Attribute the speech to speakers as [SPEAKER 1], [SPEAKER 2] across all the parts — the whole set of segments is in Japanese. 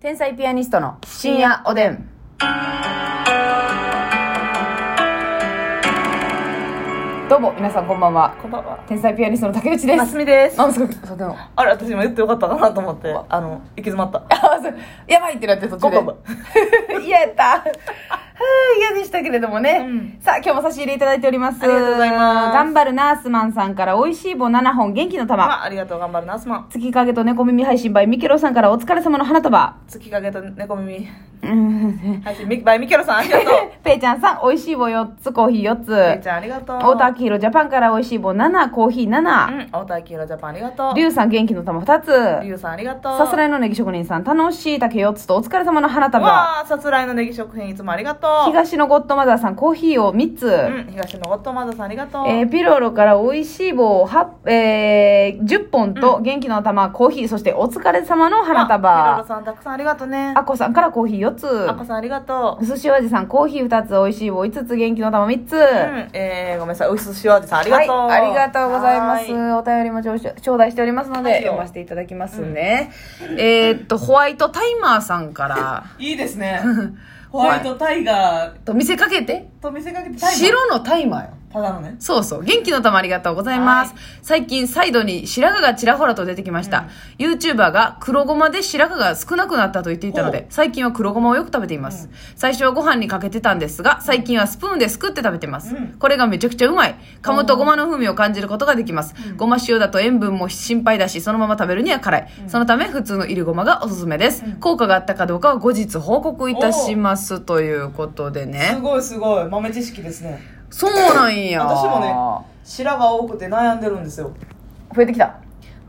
[SPEAKER 1] 天才ピアニストの深夜おでん。どうも、皆さんこんばんは。
[SPEAKER 2] こんばんは。
[SPEAKER 1] 天才ピアニストの竹内で。
[SPEAKER 2] ますすみです。
[SPEAKER 1] あ、すごい、そうでも。
[SPEAKER 2] あれ、私今言ってよかったかなと思って、あの、行き詰まった。
[SPEAKER 1] あ、そう やばいってなって途中
[SPEAKER 2] こん
[SPEAKER 1] で
[SPEAKER 2] ばんは。。
[SPEAKER 1] 嫌やった。はあ嫌でしたけれどもね、
[SPEAKER 2] うん
[SPEAKER 1] さあ、今日も差し入れいただいております。
[SPEAKER 2] ありがとうございます
[SPEAKER 1] 頑張るナースマンさんから、美味しい棒7本、元気の玉。
[SPEAKER 2] あ、ありがとう、頑張るナースマン。
[SPEAKER 1] 月影と猫耳配信 by ミケロさんから、お疲れ様の花束。
[SPEAKER 2] 月影と猫耳。
[SPEAKER 1] うん
[SPEAKER 2] 配信、ミバイミケロさん、ありがとう。
[SPEAKER 1] ペイちゃんさん、美味しい棒4つ、コーヒー4つ。
[SPEAKER 2] めいちゃん、ありがとう。
[SPEAKER 1] 太田明宏ジャパンから美味しい棒7、コーヒー
[SPEAKER 2] う
[SPEAKER 1] 7。
[SPEAKER 2] ん、太田明宏ジャパン、ありがとう。
[SPEAKER 1] リュウさん元気の玉
[SPEAKER 2] り
[SPEAKER 1] 2
[SPEAKER 2] ゅ
[SPEAKER 1] つ。
[SPEAKER 2] うさん、ありがとう。
[SPEAKER 1] さすらいのネギ職人さん、楽しい竹4つとお疲れ様の花束。
[SPEAKER 2] わあ、さすらいのネギ食品、いつもありがとう。
[SPEAKER 1] 東のゴッドマザーさん、コーヒーを3つ。
[SPEAKER 2] うん、東のゴッドマザーさん、ありがとう。
[SPEAKER 1] えーピロロから美味しい棒8、えー10本と元気の玉、コーヒー、そしてお疲れ様の花
[SPEAKER 2] あピロ
[SPEAKER 1] 束。
[SPEAKER 2] ロさん、たくさんありがとうね。
[SPEAKER 1] あこさんからコーヒー4
[SPEAKER 2] あこ
[SPEAKER 1] つ。
[SPEAKER 2] さん、ありがとう。
[SPEAKER 1] 寿司おじさん、コーヒー2つ、美味しい棒5つ、元気の玉3つ。
[SPEAKER 2] うん、えー、ごめんなさい、うすしおじさん、ありがとう。
[SPEAKER 1] はい、ありがとうございます。
[SPEAKER 2] は
[SPEAKER 1] お便りも頂戴頂戴しておりますので、
[SPEAKER 2] はい
[SPEAKER 1] 読ませていただきますね。えーっと、ホワイトタイマーさんから、
[SPEAKER 2] い。いいで すね。ホワイトタイガー
[SPEAKER 1] と見せかけて、
[SPEAKER 2] と見せかけてタイガー
[SPEAKER 1] 白のタイマーよ。
[SPEAKER 2] ただのね。
[SPEAKER 1] そうそう。元気の玉ありがとうございます。最近、サイドに白髪がちらほらと出てきました。YouTuber が黒ごまで白髪が少なくなったと言っていたの
[SPEAKER 2] ほ
[SPEAKER 1] で、最近は黒ごまをよく食べています。最初はご飯にかけてたんですが、最近はスプーンですくって食べてます。
[SPEAKER 2] うん
[SPEAKER 1] これがめちゃくちゃうまい。噛むとごまの風味を感じることができます。ごま塩だと塩分も心配だし、そのまま食べるには辛い。そのため、普通のいりごまがおすすめです。効果があったかどうかは後日報告いたします。ということでね。
[SPEAKER 2] ごいすごい豆知識ですね
[SPEAKER 1] そうなんや。
[SPEAKER 2] 私もね白が多くて悩んでるんですよ
[SPEAKER 1] ね、増えてきた。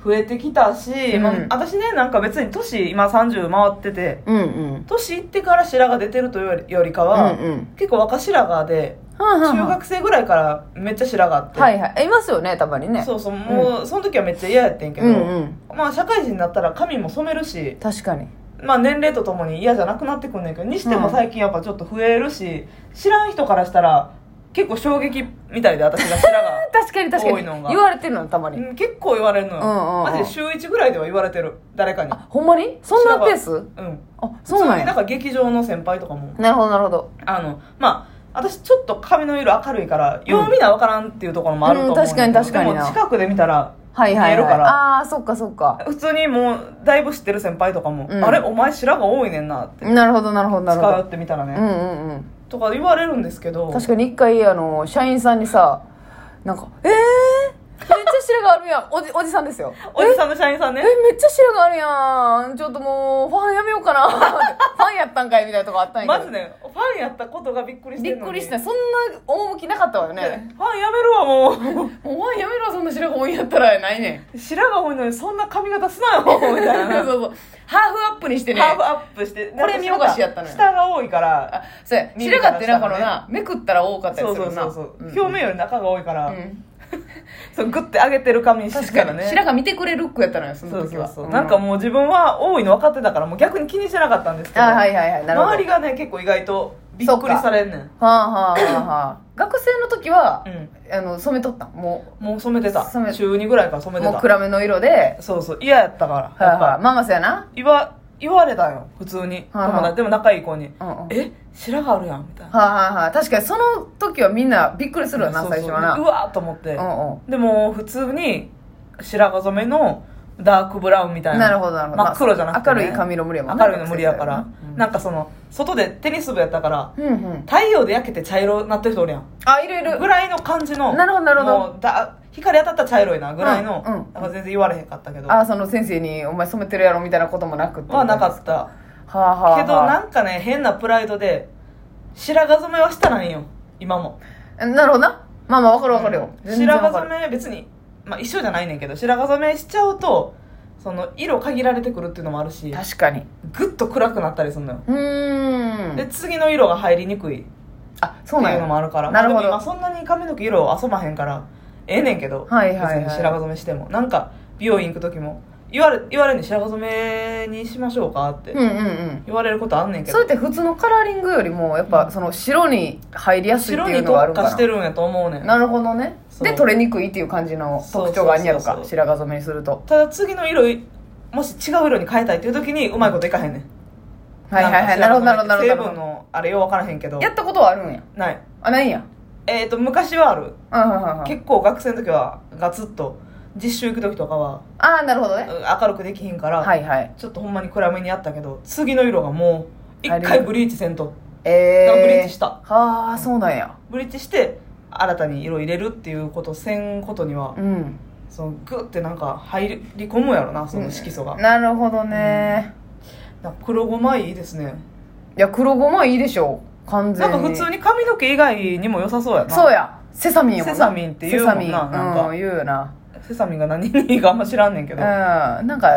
[SPEAKER 2] 増えてきたし、まあ
[SPEAKER 1] うん
[SPEAKER 2] 私ねなんか別に年今30回ってて
[SPEAKER 1] うんうん。
[SPEAKER 2] 年いってから白が出てるというよりよりかは、
[SPEAKER 1] うんうん
[SPEAKER 2] 結構若白髪で
[SPEAKER 1] はあはあ
[SPEAKER 2] 中学生ぐらいからめっちゃ白髪あって、
[SPEAKER 1] はいはい。いますよね、たまにね。
[SPEAKER 2] そうそうもう、その時はめっちゃ嫌やってんけど、
[SPEAKER 1] うんうん
[SPEAKER 2] まあ社会人になったら髪も染めるし
[SPEAKER 1] 確かに。
[SPEAKER 2] まあ年齢とともに嫌じゃなくなってくんねんけどにして
[SPEAKER 1] う
[SPEAKER 2] も
[SPEAKER 1] ん
[SPEAKER 2] 最近やっぱちょっと増えるし知らん人からしたら結構衝撃みたいで私が白髪
[SPEAKER 1] 確かに確か
[SPEAKER 2] 多い
[SPEAKER 1] に。
[SPEAKER 2] のが
[SPEAKER 1] 言われてるの、たま に。
[SPEAKER 2] うん結構言われるのよ、
[SPEAKER 1] うんうんうん
[SPEAKER 2] マジで週1ぐらいでは言われてる誰かに
[SPEAKER 1] あ、ほんまにそんなペース
[SPEAKER 2] うん
[SPEAKER 1] あ、そうなん
[SPEAKER 2] 普通になん
[SPEAKER 1] や。
[SPEAKER 2] か劇場の先輩とかも
[SPEAKER 1] なるほど、なるほど。
[SPEAKER 2] あのまあ私ちょっと髪の色明るいからよう見な分からんっていうところもあると思う、
[SPEAKER 1] うん確かに確かに
[SPEAKER 2] で
[SPEAKER 1] な
[SPEAKER 2] も近くで見たら
[SPEAKER 1] はいはい、
[SPEAKER 2] 見える
[SPEAKER 1] はい。
[SPEAKER 2] から
[SPEAKER 1] ああー、そっかそっか。
[SPEAKER 2] 普通にもうだいぶ知ってる先輩とかも、
[SPEAKER 1] うん
[SPEAKER 2] あれお前白髪多いねんなって
[SPEAKER 1] なるほど、なるほど、なるほ
[SPEAKER 2] 近寄
[SPEAKER 1] ど。
[SPEAKER 2] ってみたらね、
[SPEAKER 1] うんうんうん。
[SPEAKER 2] とか言われるんですけど
[SPEAKER 1] 確かに一回、あの、社員さんにさ、なんか、えー、めっちゃ白があるやん。おじ、おじさんですよ。
[SPEAKER 2] おじさんの社員さん
[SPEAKER 1] え、
[SPEAKER 2] ね
[SPEAKER 1] めっちゃ白があるやん。ちょっともう、ファンやめようかな。 ファンやったんかいみたいなとこあったんやけど。
[SPEAKER 2] まずねファンやったことがびっくりして
[SPEAKER 1] びっ
[SPEAKER 2] るの
[SPEAKER 1] く
[SPEAKER 2] に
[SPEAKER 1] りしたそんな趣なかったわよね
[SPEAKER 2] ファンやめるわも
[SPEAKER 1] お前やめろそんな白髪多いんやったらないね
[SPEAKER 2] う白が多いのにそんな髪型すなよみ
[SPEAKER 1] ん そう
[SPEAKER 2] たいな
[SPEAKER 1] そうハーフアップにしてね
[SPEAKER 2] ハーフアップして
[SPEAKER 1] これ見よがしやったのよ
[SPEAKER 2] 下が多いから
[SPEAKER 1] あそうや白髪ってなんかのなめくったら多かったり
[SPEAKER 2] そう
[SPEAKER 1] す
[SPEAKER 2] そう
[SPEAKER 1] るな
[SPEAKER 2] そうそう、
[SPEAKER 1] ん
[SPEAKER 2] 表面より中が多いから、
[SPEAKER 1] うん
[SPEAKER 2] そうグッて上げてる髪にして
[SPEAKER 1] 確
[SPEAKER 2] た
[SPEAKER 1] からに
[SPEAKER 2] ね
[SPEAKER 1] 白髪見てくれルックやったのよそ
[SPEAKER 2] そ
[SPEAKER 1] の
[SPEAKER 2] う
[SPEAKER 1] 時
[SPEAKER 2] そう
[SPEAKER 1] は
[SPEAKER 2] そう、なんか
[SPEAKER 1] う
[SPEAKER 2] もう自分は多いの分かってたからもう逆に気にしてなかったんですけど
[SPEAKER 1] あはいはいはいなるほど
[SPEAKER 2] 周りがね結構意外とびっくりされんねん
[SPEAKER 1] はあはあはあはあ学生の時は
[SPEAKER 2] うん
[SPEAKER 1] あの染めとったんも
[SPEAKER 2] もう染めてた
[SPEAKER 1] 染め
[SPEAKER 2] 中2ぐらいから染
[SPEAKER 1] う
[SPEAKER 2] めて
[SPEAKER 1] もう
[SPEAKER 2] た
[SPEAKER 1] 暗めの色で
[SPEAKER 2] そうそう嫌やったから
[SPEAKER 1] はいはい
[SPEAKER 2] やっぱ
[SPEAKER 1] まあまあそうやな
[SPEAKER 2] 言わ言われたよ普通に
[SPEAKER 1] はいはい
[SPEAKER 2] 友達でも仲いい子に
[SPEAKER 1] うんうん
[SPEAKER 2] 「え白があるやん」みたいな
[SPEAKER 1] はいはいはい確かにその時はみんなびっくりするよな
[SPEAKER 2] そうそう
[SPEAKER 1] 最初はな
[SPEAKER 2] うわーと思って
[SPEAKER 1] うんうん
[SPEAKER 2] でも普通に白髪染めのダークブラウンみたいな
[SPEAKER 1] なるほどなるほど
[SPEAKER 2] 真っ黒じゃなくて、
[SPEAKER 1] 明るい髪の無理やもんな
[SPEAKER 2] 明るいの無理やから、
[SPEAKER 1] うん
[SPEAKER 2] なんかその外でテニス部やったから
[SPEAKER 1] うんうん
[SPEAKER 2] 太陽で焼けて茶色になってる人おるやん
[SPEAKER 1] あいるいる
[SPEAKER 2] ぐらいの感じの
[SPEAKER 1] なるほどなるほど
[SPEAKER 2] もうだ光当たったら茶色いなぐらいの、
[SPEAKER 1] うんうん
[SPEAKER 2] なんか全然言われへんかったけど
[SPEAKER 1] あその先生に「お前染めてるやろ」みたいなこともなくて
[SPEAKER 2] はなかった
[SPEAKER 1] たはあはあはあ
[SPEAKER 2] けどなんかね変なプライドで白髪染めはしたらいいよ今も
[SPEAKER 1] なるほどなまあまあわかるわかるよ、全然
[SPEAKER 2] 白
[SPEAKER 1] わ
[SPEAKER 2] 髪
[SPEAKER 1] かる
[SPEAKER 2] 染め別に、まあ、一緒じゃないねんけど白髪染めしちゃうとその色限られてくるっていうのもあるし
[SPEAKER 1] 確かに
[SPEAKER 2] グッと暗くなったりするのよ、
[SPEAKER 1] う
[SPEAKER 2] で
[SPEAKER 1] ーん
[SPEAKER 2] 次の色が入りにくいってい
[SPEAKER 1] あそううなん
[SPEAKER 2] のも
[SPEAKER 1] や
[SPEAKER 2] あるから
[SPEAKER 1] なるほど
[SPEAKER 2] まあでも今そんなに髪の毛色を遊ばへんからええねんけど、
[SPEAKER 1] はいはいはい
[SPEAKER 2] 別に白髪染めしてもなんか美容院行く時も言われ言われるね白髪染めにしましょうかって
[SPEAKER 1] うんうんうん
[SPEAKER 2] 言われることあんねんけど、
[SPEAKER 1] そうやって普通のカラーリングよりもやっぱその白に入りやすいっ
[SPEAKER 2] 白
[SPEAKER 1] ていう
[SPEAKER 2] に
[SPEAKER 1] のがある
[SPEAKER 2] 特
[SPEAKER 1] か
[SPEAKER 2] 化
[SPEAKER 1] ら
[SPEAKER 2] してるんやと思うねん
[SPEAKER 1] なるほどね
[SPEAKER 2] そう
[SPEAKER 1] で取れにくいっていう感じの特徴があんねやろ
[SPEAKER 2] そうそ
[SPEAKER 1] か
[SPEAKER 2] うそうそう
[SPEAKER 1] 白髪染めにすると
[SPEAKER 2] ただ次の色もし違う色に変えたいっていう時にうまいこといかへんねん
[SPEAKER 1] はいはいはいなるほどなるほどなるほど
[SPEAKER 2] 成分のあれよう分からへんけど
[SPEAKER 1] やったことはあるんや
[SPEAKER 2] ない
[SPEAKER 1] あないんや
[SPEAKER 2] えっ、と昔はある
[SPEAKER 1] あはいはいはい
[SPEAKER 2] 結構学生の時はガツッと実習行く時とかは
[SPEAKER 1] あーなるほどね
[SPEAKER 2] 明るくできひんから、
[SPEAKER 1] はいはい
[SPEAKER 2] ちょっとほんまに暗めにやったけど次の色がもう一
[SPEAKER 1] あれ
[SPEAKER 2] 回ブリーチせんと
[SPEAKER 1] え
[SPEAKER 2] だから
[SPEAKER 1] ー、
[SPEAKER 2] ブリーチした
[SPEAKER 1] はあそうなんや
[SPEAKER 2] ブリーチして新たに色入れるっていうことせんことには、
[SPEAKER 1] うん
[SPEAKER 2] そのグッてなんか入り込むやろなその色素が、
[SPEAKER 1] なるほどね、
[SPEAKER 2] なんか黒ごまいいですね
[SPEAKER 1] いや黒ごまいいでしょ完全
[SPEAKER 2] なん
[SPEAKER 1] に
[SPEAKER 2] か普通に髪の毛以外にも良さそうやな
[SPEAKER 1] そうやセサミンやもんな
[SPEAKER 2] セサミンって言うもんな
[SPEAKER 1] セサミン
[SPEAKER 2] なんか
[SPEAKER 1] うん言うよな
[SPEAKER 2] セサミンが何にいいかあんま知らんねんけ
[SPEAKER 1] うん
[SPEAKER 2] ど、
[SPEAKER 1] なんか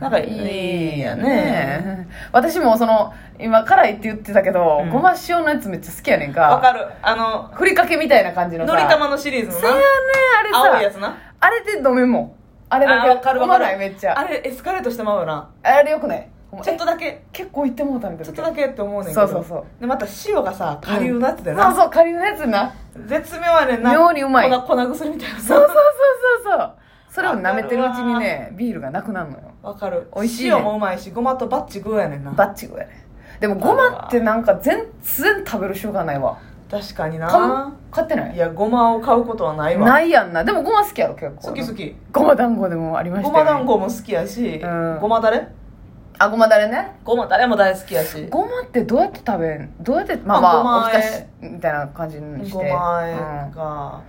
[SPEAKER 2] なんかいいやね
[SPEAKER 1] 私もその今辛いって言ってたけど、
[SPEAKER 2] うん
[SPEAKER 1] ごま塩のやつめっちゃ好きやねんか
[SPEAKER 2] わかるあの
[SPEAKER 1] ふりかけみたいな感じのさ
[SPEAKER 2] のりたまのシリーズの
[SPEAKER 1] せやねん
[SPEAKER 2] な青
[SPEAKER 1] あ
[SPEAKER 2] い
[SPEAKER 1] れ
[SPEAKER 2] や
[SPEAKER 1] さ
[SPEAKER 2] つな
[SPEAKER 1] あれで飲めんもんあれだ
[SPEAKER 2] あわか
[SPEAKER 1] け
[SPEAKER 2] る
[SPEAKER 1] 飲
[SPEAKER 2] わ
[SPEAKER 1] ま
[SPEAKER 2] かる
[SPEAKER 1] ないめっちゃ
[SPEAKER 2] あ
[SPEAKER 1] あれ
[SPEAKER 2] れエスカレートしてまうよな
[SPEAKER 1] よくないほんま
[SPEAKER 2] ちょっとだけ
[SPEAKER 1] え結構いってもうたみたい
[SPEAKER 2] ち
[SPEAKER 1] な
[SPEAKER 2] ょっとだけって思うねんけ
[SPEAKER 1] そ
[SPEAKER 2] ど
[SPEAKER 1] うそうそう
[SPEAKER 2] でまた塩がさ顆粒なってたよ
[SPEAKER 1] そう
[SPEAKER 2] な、
[SPEAKER 1] そう仮のやつな
[SPEAKER 2] 絶妙やねんな
[SPEAKER 1] 妙にうまい
[SPEAKER 2] 粉粉薬みたいな
[SPEAKER 1] そうそうそう
[SPEAKER 2] さ
[SPEAKER 1] そうそうそれを舐めてるうちにねビールがなくなるのよ
[SPEAKER 2] わかる
[SPEAKER 1] 美味しいね
[SPEAKER 2] 塩もうまいしごまとバッチグーやねんな
[SPEAKER 1] バッチグやねでもごまってなんか全然食べる習慣ないわ
[SPEAKER 2] 確かに
[SPEAKER 1] 買う
[SPEAKER 2] な
[SPEAKER 1] 買ってない
[SPEAKER 2] いやごまを買うことはないわ
[SPEAKER 1] ないやんなでもごま好きやろ結構
[SPEAKER 2] 好き好き
[SPEAKER 1] ごま団子でもありました
[SPEAKER 2] ご
[SPEAKER 1] よ、ね、
[SPEAKER 2] ま団子も好きやし、
[SPEAKER 1] うん
[SPEAKER 2] ごまだれ
[SPEAKER 1] あごまだれね
[SPEAKER 2] ごまだれも大好きやし
[SPEAKER 1] ごまってどうやって食べんどうやってまあま
[SPEAKER 2] あご
[SPEAKER 1] あ
[SPEAKER 2] ま
[SPEAKER 1] お
[SPEAKER 2] 和
[SPEAKER 1] ひ
[SPEAKER 2] え
[SPEAKER 1] たしみたいな感じにして
[SPEAKER 2] ごまあえ
[SPEAKER 1] う
[SPEAKER 2] が、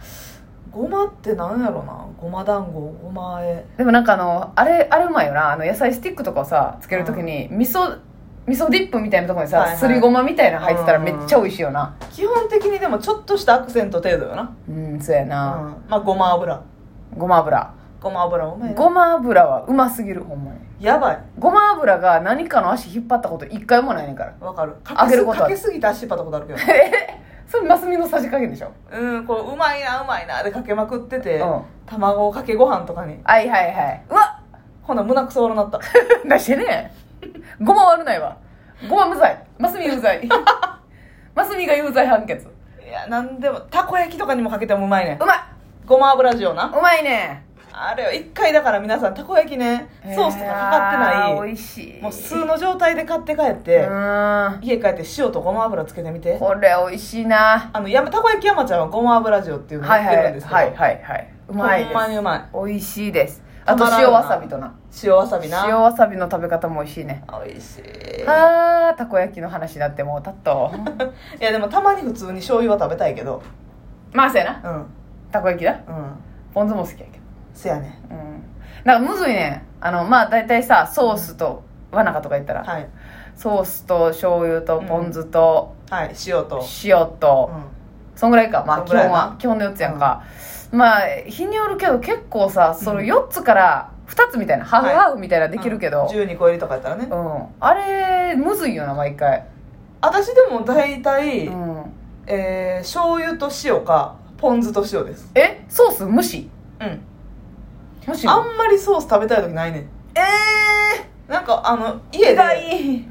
[SPEAKER 2] ごまってなんやろなごま団子ごまあえ
[SPEAKER 1] ん、でもなんかあのあれあれうまいよなあの野菜スティックとかをさつけるときに味噌味噌ディップみたいなところにさ、
[SPEAKER 2] はいはい
[SPEAKER 1] すりごまみたいなの入ってたらめっちゃ美味しいよな
[SPEAKER 2] 基本的にでもちょっとしたアクセント程度よな、
[SPEAKER 1] うん、そうや
[SPEAKER 2] うん
[SPEAKER 1] な、
[SPEAKER 2] まあごま油
[SPEAKER 1] ごま油
[SPEAKER 2] ごま油お前
[SPEAKER 1] ごま油はうますぎるほんまに
[SPEAKER 2] やばい
[SPEAKER 1] ごま油が何かの足引っ張ったこと一回もないねんから
[SPEAKER 2] わかるか
[SPEAKER 1] あげ
[SPEAKER 2] けす
[SPEAKER 1] ることあ
[SPEAKER 2] か
[SPEAKER 1] る
[SPEAKER 2] けすぎて足引っ張ったことあるけど
[SPEAKER 1] えそれマスミのさじ加減でしょ
[SPEAKER 2] うんこううまいなうまいなでかけまくってて、
[SPEAKER 1] うん
[SPEAKER 2] 卵かけご飯とかに
[SPEAKER 1] はいはいはいうわ
[SPEAKER 2] ほな胸くそ悪なった
[SPEAKER 1] っ出してねごま悪ないわごま無罪マスミ有 罪マスミが有罪判決う
[SPEAKER 2] いやなんでもたこ焼きとかにもかけてもうまいね
[SPEAKER 1] まい
[SPEAKER 2] ごま油塩な
[SPEAKER 1] うまいね
[SPEAKER 2] あれは一回だから皆さんたこ焼きねソースとかかかって
[SPEAKER 1] えー
[SPEAKER 2] ない
[SPEAKER 1] 美味しい
[SPEAKER 2] もう素の状態で買って帰って、
[SPEAKER 1] うん
[SPEAKER 2] 家帰って塩とごま油つけてみて
[SPEAKER 1] これ美味しいな
[SPEAKER 2] あのやたこ焼き山ちゃんはごま油塩っていうの
[SPEAKER 1] は
[SPEAKER 2] や
[SPEAKER 1] い
[SPEAKER 2] っ
[SPEAKER 1] は
[SPEAKER 2] て
[SPEAKER 1] い
[SPEAKER 2] るんですけど、
[SPEAKER 1] はいはいはいうまい
[SPEAKER 2] ほんまにうま
[SPEAKER 1] です美味しいですあと
[SPEAKER 2] たまらんな
[SPEAKER 1] 塩わさびとない
[SPEAKER 2] 塩わさびな
[SPEAKER 1] 塩わさびの食べ方も美味しいね
[SPEAKER 2] 美味しい
[SPEAKER 1] あーたこ焼きの話になってもうたっ と
[SPEAKER 2] いやでもたまに普通に醤油は食べたいけど
[SPEAKER 1] まあそうやな
[SPEAKER 2] うん
[SPEAKER 1] たこ焼きな
[SPEAKER 2] うん
[SPEAKER 1] ポン酢も好きやけ
[SPEAKER 2] せやね
[SPEAKER 1] どうんなんかむずいねあのまあ大体さソースとわなかとか言ったら、
[SPEAKER 2] はい
[SPEAKER 1] ソースと醤油とポン酢と
[SPEAKER 2] はい塩と、
[SPEAKER 1] 塩と、
[SPEAKER 2] う
[SPEAKER 1] そんぐらいかまあ
[SPEAKER 2] そん
[SPEAKER 1] 基
[SPEAKER 2] ぐらい
[SPEAKER 1] 本
[SPEAKER 2] やな
[SPEAKER 1] は基本の4つやんか、まあ日によるけど結構さその4つから2つみたいな、ハーフハーフみたいなの
[SPEAKER 2] ん、
[SPEAKER 1] できるけど、うん
[SPEAKER 2] 12個入りとかやったらね、
[SPEAKER 1] あれむずいよな毎回、
[SPEAKER 2] 私でも大体、
[SPEAKER 1] うん、
[SPEAKER 2] えー、醤油と塩かポン酢と塩です
[SPEAKER 1] えソース無視
[SPEAKER 2] うん
[SPEAKER 1] 無視
[SPEAKER 2] あんまりソース食べたい時ないねん
[SPEAKER 1] え
[SPEAKER 2] なんかあの
[SPEAKER 1] え
[SPEAKER 2] 家
[SPEAKER 1] ー、
[SPEAKER 2] で
[SPEAKER 1] い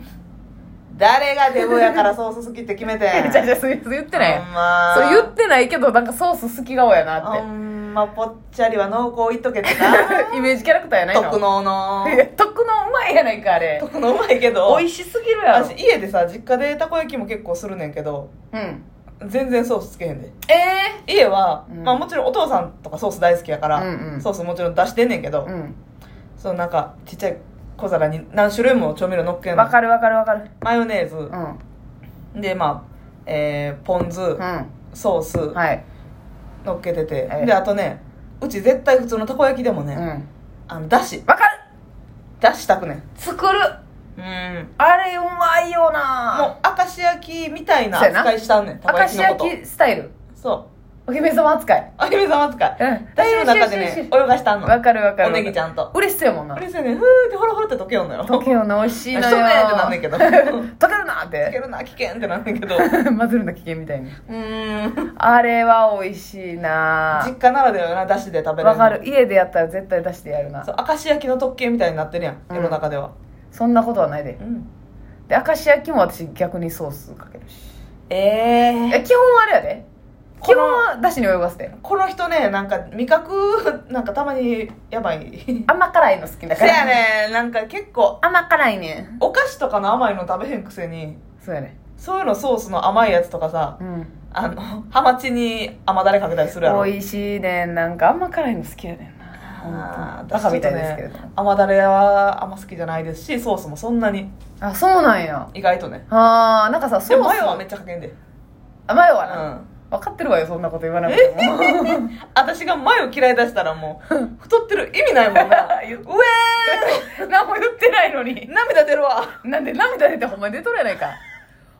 [SPEAKER 2] 誰がデブやからソース好きって決めて
[SPEAKER 1] じゃあじゃあそう言ってない
[SPEAKER 2] ほんま
[SPEAKER 1] それ言ってないけどなんかソース好き顔やな
[SPEAKER 2] ほ
[SPEAKER 1] っ
[SPEAKER 2] んまぽっちゃりは濃厚言っとけってな
[SPEAKER 1] てイメージキャラクターや ないの
[SPEAKER 2] 特 能の
[SPEAKER 1] いや特能うまいやないかあれ
[SPEAKER 2] 特能うまいけど
[SPEAKER 1] 美味しすぎるやろ
[SPEAKER 2] 私家でさ実家でたこ焼きも結構するねんけど
[SPEAKER 1] うん
[SPEAKER 2] 全然ソースつけへんで
[SPEAKER 1] え
[SPEAKER 2] 家は、
[SPEAKER 1] うん
[SPEAKER 2] まあもちろんお父さんとかソース大好きやから、
[SPEAKER 1] うんうん
[SPEAKER 2] ソースもちろん出してんねんけど、
[SPEAKER 1] ー、うん
[SPEAKER 2] そのなんかちっちゃい小皿に何種類も調味料乗っけんの
[SPEAKER 1] わかるわかるわかる
[SPEAKER 2] マヨネーズ、
[SPEAKER 1] うん
[SPEAKER 2] でまあえーポン酢、
[SPEAKER 1] う
[SPEAKER 2] ソース、
[SPEAKER 1] んはい
[SPEAKER 2] 乗っけてて、
[SPEAKER 1] ええ
[SPEAKER 2] であとねうち絶対普通のたこ焼きでもね、
[SPEAKER 1] うん
[SPEAKER 2] あのだし
[SPEAKER 1] わかる
[SPEAKER 2] だしたくねん
[SPEAKER 1] 作る
[SPEAKER 2] うん
[SPEAKER 1] あれうまいよな
[SPEAKER 2] もう明石焼きみたいな
[SPEAKER 1] そうやな
[SPEAKER 2] 扱いしたんねんたこ
[SPEAKER 1] 明
[SPEAKER 2] 焼き
[SPEAKER 1] 石
[SPEAKER 2] のこと
[SPEAKER 1] 焼きスタイル
[SPEAKER 2] そう
[SPEAKER 1] お姫様扱い
[SPEAKER 2] お姫様扱い
[SPEAKER 1] うん
[SPEAKER 2] だしの中で
[SPEAKER 1] ししし
[SPEAKER 2] ね
[SPEAKER 1] し
[SPEAKER 2] 泳がしたんの
[SPEAKER 1] わかるわかる
[SPEAKER 2] おネギちゃんと
[SPEAKER 1] 嬉しそうやもんな
[SPEAKER 2] 嬉しいねふーってほろほろって溶けよんのよ
[SPEAKER 1] 溶けよな美味しいのよ
[SPEAKER 2] しとねーってなんねんけど 溶
[SPEAKER 1] 溶けるなっ
[SPEAKER 2] け
[SPEAKER 1] て
[SPEAKER 2] るな危険ってなんねん けど
[SPEAKER 1] 混ぜるの危険みたいに
[SPEAKER 2] うん
[SPEAKER 1] あれは美味しいな
[SPEAKER 2] 実家ならではよなだしで食べれ
[SPEAKER 1] わ
[SPEAKER 2] の
[SPEAKER 1] かる家でやったら絶対出してやるな
[SPEAKER 2] そう明石焼きの特権みたいになってるやん
[SPEAKER 1] うん
[SPEAKER 2] 世の中では
[SPEAKER 1] そんなことはないで
[SPEAKER 2] うん
[SPEAKER 1] で明石焼きも私逆にソースかけるし
[SPEAKER 2] ええ
[SPEAKER 1] え基本はあれやで基本はだしに泳がせて
[SPEAKER 2] この人ねなんか味覚なんかたまにやばい
[SPEAKER 1] 甘辛いの好きだ
[SPEAKER 2] せ
[SPEAKER 1] から
[SPEAKER 2] やねんなんか結構
[SPEAKER 1] 甘辛いね
[SPEAKER 2] お菓子とかの甘いの食べへんくせに
[SPEAKER 1] そうやね
[SPEAKER 2] そういうのソースの甘いやつとかさ
[SPEAKER 1] うん
[SPEAKER 2] あのハマチに甘だれかけたりするやろ
[SPEAKER 1] 美味しいねんなんか甘辛いの好きやねんな
[SPEAKER 2] あー
[SPEAKER 1] バカみたいです
[SPEAKER 2] 私
[SPEAKER 1] け
[SPEAKER 2] ち
[SPEAKER 1] れ
[SPEAKER 2] ょっと
[SPEAKER 1] ど
[SPEAKER 2] ね
[SPEAKER 1] も
[SPEAKER 2] 甘だれはあんま好きじゃないですしソースもそんなに
[SPEAKER 1] あそうなんや
[SPEAKER 2] 意外とね
[SPEAKER 1] あーなんかさ
[SPEAKER 2] で
[SPEAKER 1] ソー
[SPEAKER 2] も
[SPEAKER 1] ス
[SPEAKER 2] マヨはめっちゃかけんで
[SPEAKER 1] あマヨ
[SPEAKER 2] う
[SPEAKER 1] はな、
[SPEAKER 2] ん
[SPEAKER 1] 分かってるわよそんなこと言わなくても
[SPEAKER 2] 私がマヨ嫌いだしたらも う太ってる意味ないもん なうえ
[SPEAKER 1] 何も言ってないのに
[SPEAKER 2] ー涙出るわ
[SPEAKER 1] なんで涙出てほんまに出とるやないか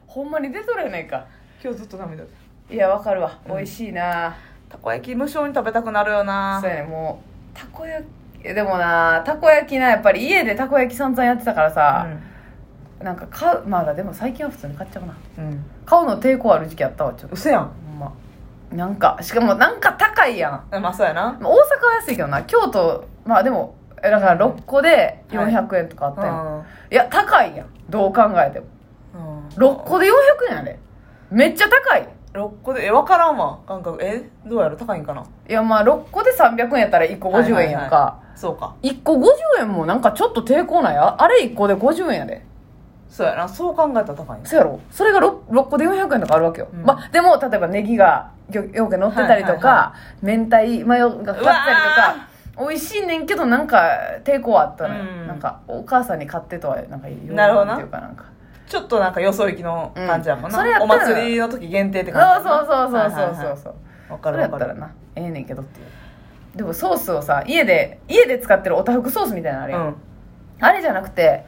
[SPEAKER 1] ほんまに出とるやないか
[SPEAKER 2] 今日ずっと涙出る
[SPEAKER 1] いやわかるわ
[SPEAKER 2] うん
[SPEAKER 1] 美味しいな、
[SPEAKER 2] たこ焼き無性に食べたくなるよな
[SPEAKER 1] そうやねもうたこ焼きでもなたこ焼きなやっぱり家でたこ焼き散々やってたからさ、なんか買うまあでも最近は普通に買っちゃうな
[SPEAKER 2] うん、うん、
[SPEAKER 1] 買うの抵抗ある時期あったわちょっと
[SPEAKER 2] 嘘やん
[SPEAKER 1] ほんまなんかしかもなんか高いやん
[SPEAKER 2] まあそうやな
[SPEAKER 1] 大阪は安いけどな京都まあでもえだから6個で400円とかあったやん、い、や高いやんどう考えても
[SPEAKER 2] うん
[SPEAKER 1] 6個で400円やでめっちゃ高い
[SPEAKER 2] 6個でえ分からんわ感覚えどうやろ高いんかない
[SPEAKER 1] やまあ6個で300円やったら1個50円やんか、
[SPEAKER 2] そうか
[SPEAKER 1] 1個50円もなんかちょっと抵抗ないああれ1個で50円やで
[SPEAKER 2] そうやなそう考えたら高いな
[SPEAKER 1] そうやろそれが 6, 6個で400円とかあるわけよ、
[SPEAKER 2] うん
[SPEAKER 1] まあでも例えばネギがよよく乗ってたりとか、明太マヨがかかってたりとか美味しいねんけどなんか抵抗はあったのよ、
[SPEAKER 2] うん
[SPEAKER 1] なんかお母さんに買ってとはなんか言う
[SPEAKER 2] なるほどな
[SPEAKER 1] っていうかなんか
[SPEAKER 2] ちょっとなんかよそ行きの感じやもんな、
[SPEAKER 1] うんそれや
[SPEAKER 2] お
[SPEAKER 1] ったら
[SPEAKER 2] 祭りの時限定って
[SPEAKER 1] そう
[SPEAKER 2] 感じや
[SPEAKER 1] そう
[SPEAKER 2] もんな
[SPEAKER 1] そうそうそう
[SPEAKER 2] はいは
[SPEAKER 1] そう
[SPEAKER 2] いはい
[SPEAKER 1] そう
[SPEAKER 2] わ
[SPEAKER 1] そ
[SPEAKER 2] かる
[SPEAKER 1] れや
[SPEAKER 2] わ
[SPEAKER 1] っ
[SPEAKER 2] か
[SPEAKER 1] た
[SPEAKER 2] る
[SPEAKER 1] らなええねんけどっていうでもソースをさ家で家で使ってるおたふくソースみたいなのあれやん、
[SPEAKER 2] うん
[SPEAKER 1] あれじゃなくて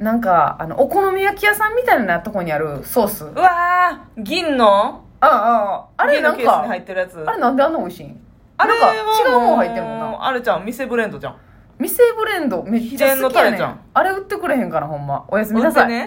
[SPEAKER 1] なんかあのお好み焼き屋さんみたいなとこにあるソース
[SPEAKER 2] うわー銀の
[SPEAKER 1] あああれ
[SPEAKER 2] 銀
[SPEAKER 1] な
[SPEAKER 2] の
[SPEAKER 1] ん
[SPEAKER 2] ケースに
[SPEAKER 1] か
[SPEAKER 2] 入ってるやつ
[SPEAKER 1] あれなんであんな美味しいん
[SPEAKER 2] あれは
[SPEAKER 1] なんか違うもん入ってるもんな
[SPEAKER 2] あれじゃん店ブレンドじゃん
[SPEAKER 1] 店ブレンドめっちゃ好きや
[SPEAKER 2] 秘伝のタレ
[SPEAKER 1] ね
[SPEAKER 2] じゃ
[SPEAKER 1] ん
[SPEAKER 2] ん
[SPEAKER 1] あれ売ってくれへんかなほんまおやすみなさい
[SPEAKER 2] ほんでね